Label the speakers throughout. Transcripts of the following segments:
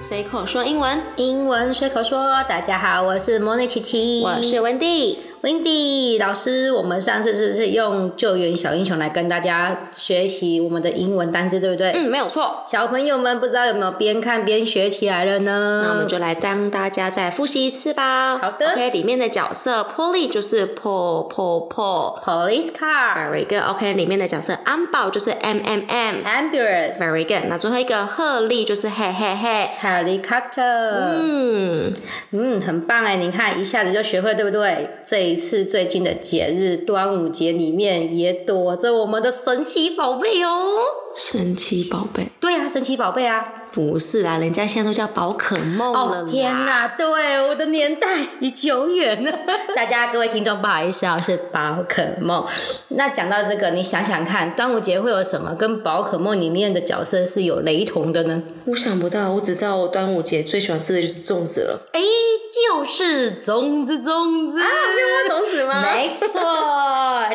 Speaker 1: 随口说英文，
Speaker 2: 英文随口说，大家好，我是莫内琪琪，
Speaker 1: 我是温蒂。
Speaker 2: Wendy 老师，我们上次是不是用救援小英雄来跟大家学习我们的英文单字，对不对？
Speaker 1: 嗯，没有错。
Speaker 2: 小朋友们不知道有没有边看边学起来了呢？
Speaker 1: 那我们就来当大家再复习一次吧。
Speaker 2: 好的
Speaker 1: OK，里面的角色 Polly 就是 Po Po Po。
Speaker 2: police car
Speaker 1: Very good。OK，里面的角色安保就是 M M M。
Speaker 2: ambulance
Speaker 1: Very good。那最后一个鹤立就是嘿嘿嘿。
Speaker 2: helicopter，
Speaker 1: 嗯，
Speaker 2: 嗯，很棒哎！你看一下子就学会，对不对？这一次最近的节日端午节里面也躲着我们的神奇宝贝哦。
Speaker 1: 神奇宝贝
Speaker 2: 对啊，神奇宝贝啊，
Speaker 1: 不是啦，人家现在都叫宝可梦了。
Speaker 2: 哦天！哪，对，我的年代已久远 了。大家各位听众，不好意思啊，是宝可梦。那讲到这个，你想想看，端午节会有什么跟宝可梦里面的角色是有雷同的呢？
Speaker 3: 我想不到，我只知道我端午节最喜欢吃的就是粽子了。
Speaker 2: 哎，就是种子，种子。
Speaker 3: 粽子吗
Speaker 2: 没错，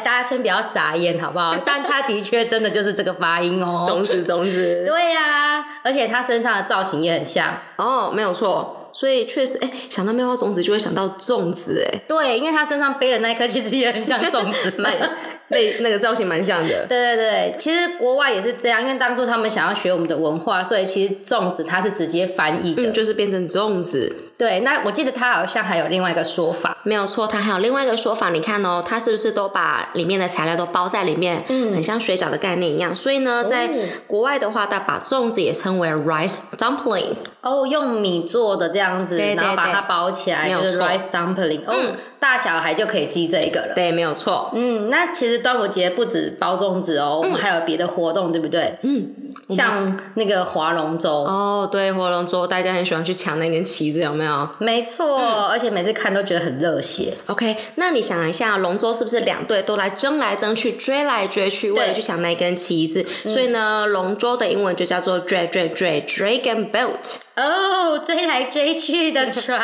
Speaker 2: 大家先不要傻眼好不 好？但它的确真的就是这个发音哦。
Speaker 3: 种子，种子。
Speaker 2: 对呀、而且它身上的造型也很像。
Speaker 1: 哦，没有错。所以确实，哎、想到妙蛙种子就会想到粽子，哎，
Speaker 2: 对，因为它身上背的那一颗其实也很像粽子。
Speaker 1: 那那个造型蛮像的。
Speaker 2: 对对对，其实国外也是这样，因为当初他们想要学我们的文化，所以其实粽子它是直接翻译的。
Speaker 1: 嗯，就是变成粽子，
Speaker 2: 对，那我记得它好像还有另外一个说法，
Speaker 1: 没有错。它还有另外一个说法，你看哦，它是不是都把里面的材料都包在里面，嗯，很像水饺的概念一样。所以呢，在国外的话，它把粽子也称为 rice dumpling。
Speaker 2: 哦，用米做的这样子，
Speaker 1: 对对
Speaker 2: 然后把
Speaker 1: 对
Speaker 2: 它包起来，
Speaker 1: 没有
Speaker 2: 就是
Speaker 1: 错嗯
Speaker 2: rice dumpling。哦，大小孩就可以记这个了。
Speaker 1: 对，没有错。
Speaker 2: 嗯，那其实端午节不止包粽子哦，我们还有别的活动，对不对？
Speaker 1: 嗯，
Speaker 2: 像那个划龙舟，
Speaker 1: 哦，对，火龙舟大家很喜欢去抢那根旗子，有没有
Speaker 2: 没错，
Speaker 1: 嗯
Speaker 2: 而且每次看都觉得很热血。
Speaker 1: ？OK，那你想一下，龙舟是不是两队都来争来争去、追来追去，为了去抢那根旗子？所以呢，龙舟的英文就叫做 dra dra dra dragon boat。
Speaker 2: 哦，追来追 去的船，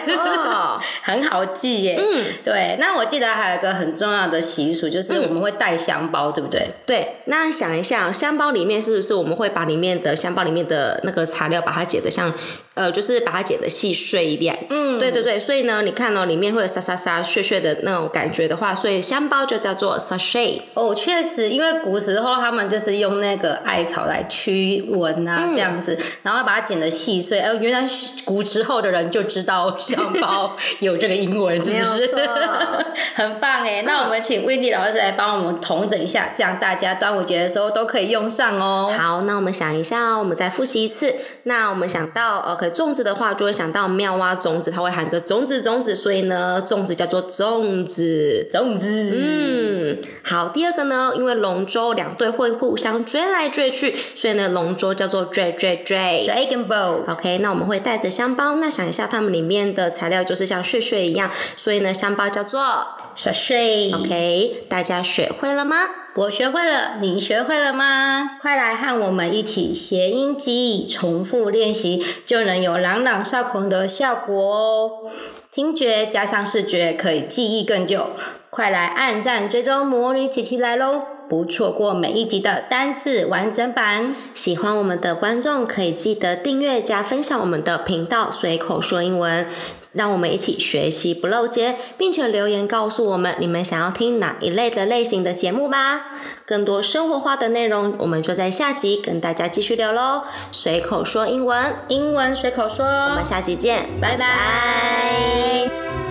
Speaker 1: 错
Speaker 2: 很好记耶。嗯，对。那我记得还有一个很重要的习俗，就是
Speaker 1: 嗯
Speaker 2: 我们会带香包，对不对？
Speaker 1: 对，那想一下，香包里面是不是我们会把里面的香包里面的那个材料把它解的像，呃，就是把它解的细碎一点。嗯，对对对，所以呢，你看哦，里面会有沙沙沙碎碎的那种感觉的话，所以香包就叫做 sachet。
Speaker 2: 哦，确实，因为古时候他们就是用那个艾草来驱蚊啊，
Speaker 1: 嗯
Speaker 2: 这样子，然后把它剪得细碎。哦、原来古时候的人就知道香 包有这个英文，是不
Speaker 1: 没
Speaker 2: 是
Speaker 1: 有？错嗯
Speaker 2: 很棒哎！那我们请 Wendy 老师来帮我们统整一下，这样大家端午节的时候都可以用上哦。
Speaker 1: 好，那我们想一下、哦，我们再复习一次。那我们想到呃，可粽子的话，就会想到妙蛙种子，它会喊着种子种子，所以呢，粽子叫做粽子。
Speaker 2: 粽子，
Speaker 1: 嗯，好，第二个呢，因为龙舟两队会互相追来追去，所以呢，龙舟叫做追追追。
Speaker 2: Dragon Boat。
Speaker 1: OK，那我们会带着香包，那想一下，它们里面的材料就是像碎碎一样，所以呢，香包叫做
Speaker 2: Sashay。
Speaker 1: OK，大家学会了吗？
Speaker 2: 我学会了，你学会了吗？快来和我们一起谐音记忆，重复练习，就能有朗朗上口的效果哦。听觉加上视觉，可以记忆更久。快来按赞追踪魔女琪琪来喽！不错过每一集的单字完整版。
Speaker 1: 喜欢我们的观众可以记得订阅加分享我们的频道“随口说英文”，让我们一起学习不漏接，并且留言告诉我们你们想要听哪一类的类型的节目吧。更多生活化的内容，我们就在下集跟大家继续聊喽。随口说英文，
Speaker 2: 英文随口说，我
Speaker 1: 我们下集见，
Speaker 2: 拜拜。
Speaker 1: 拜。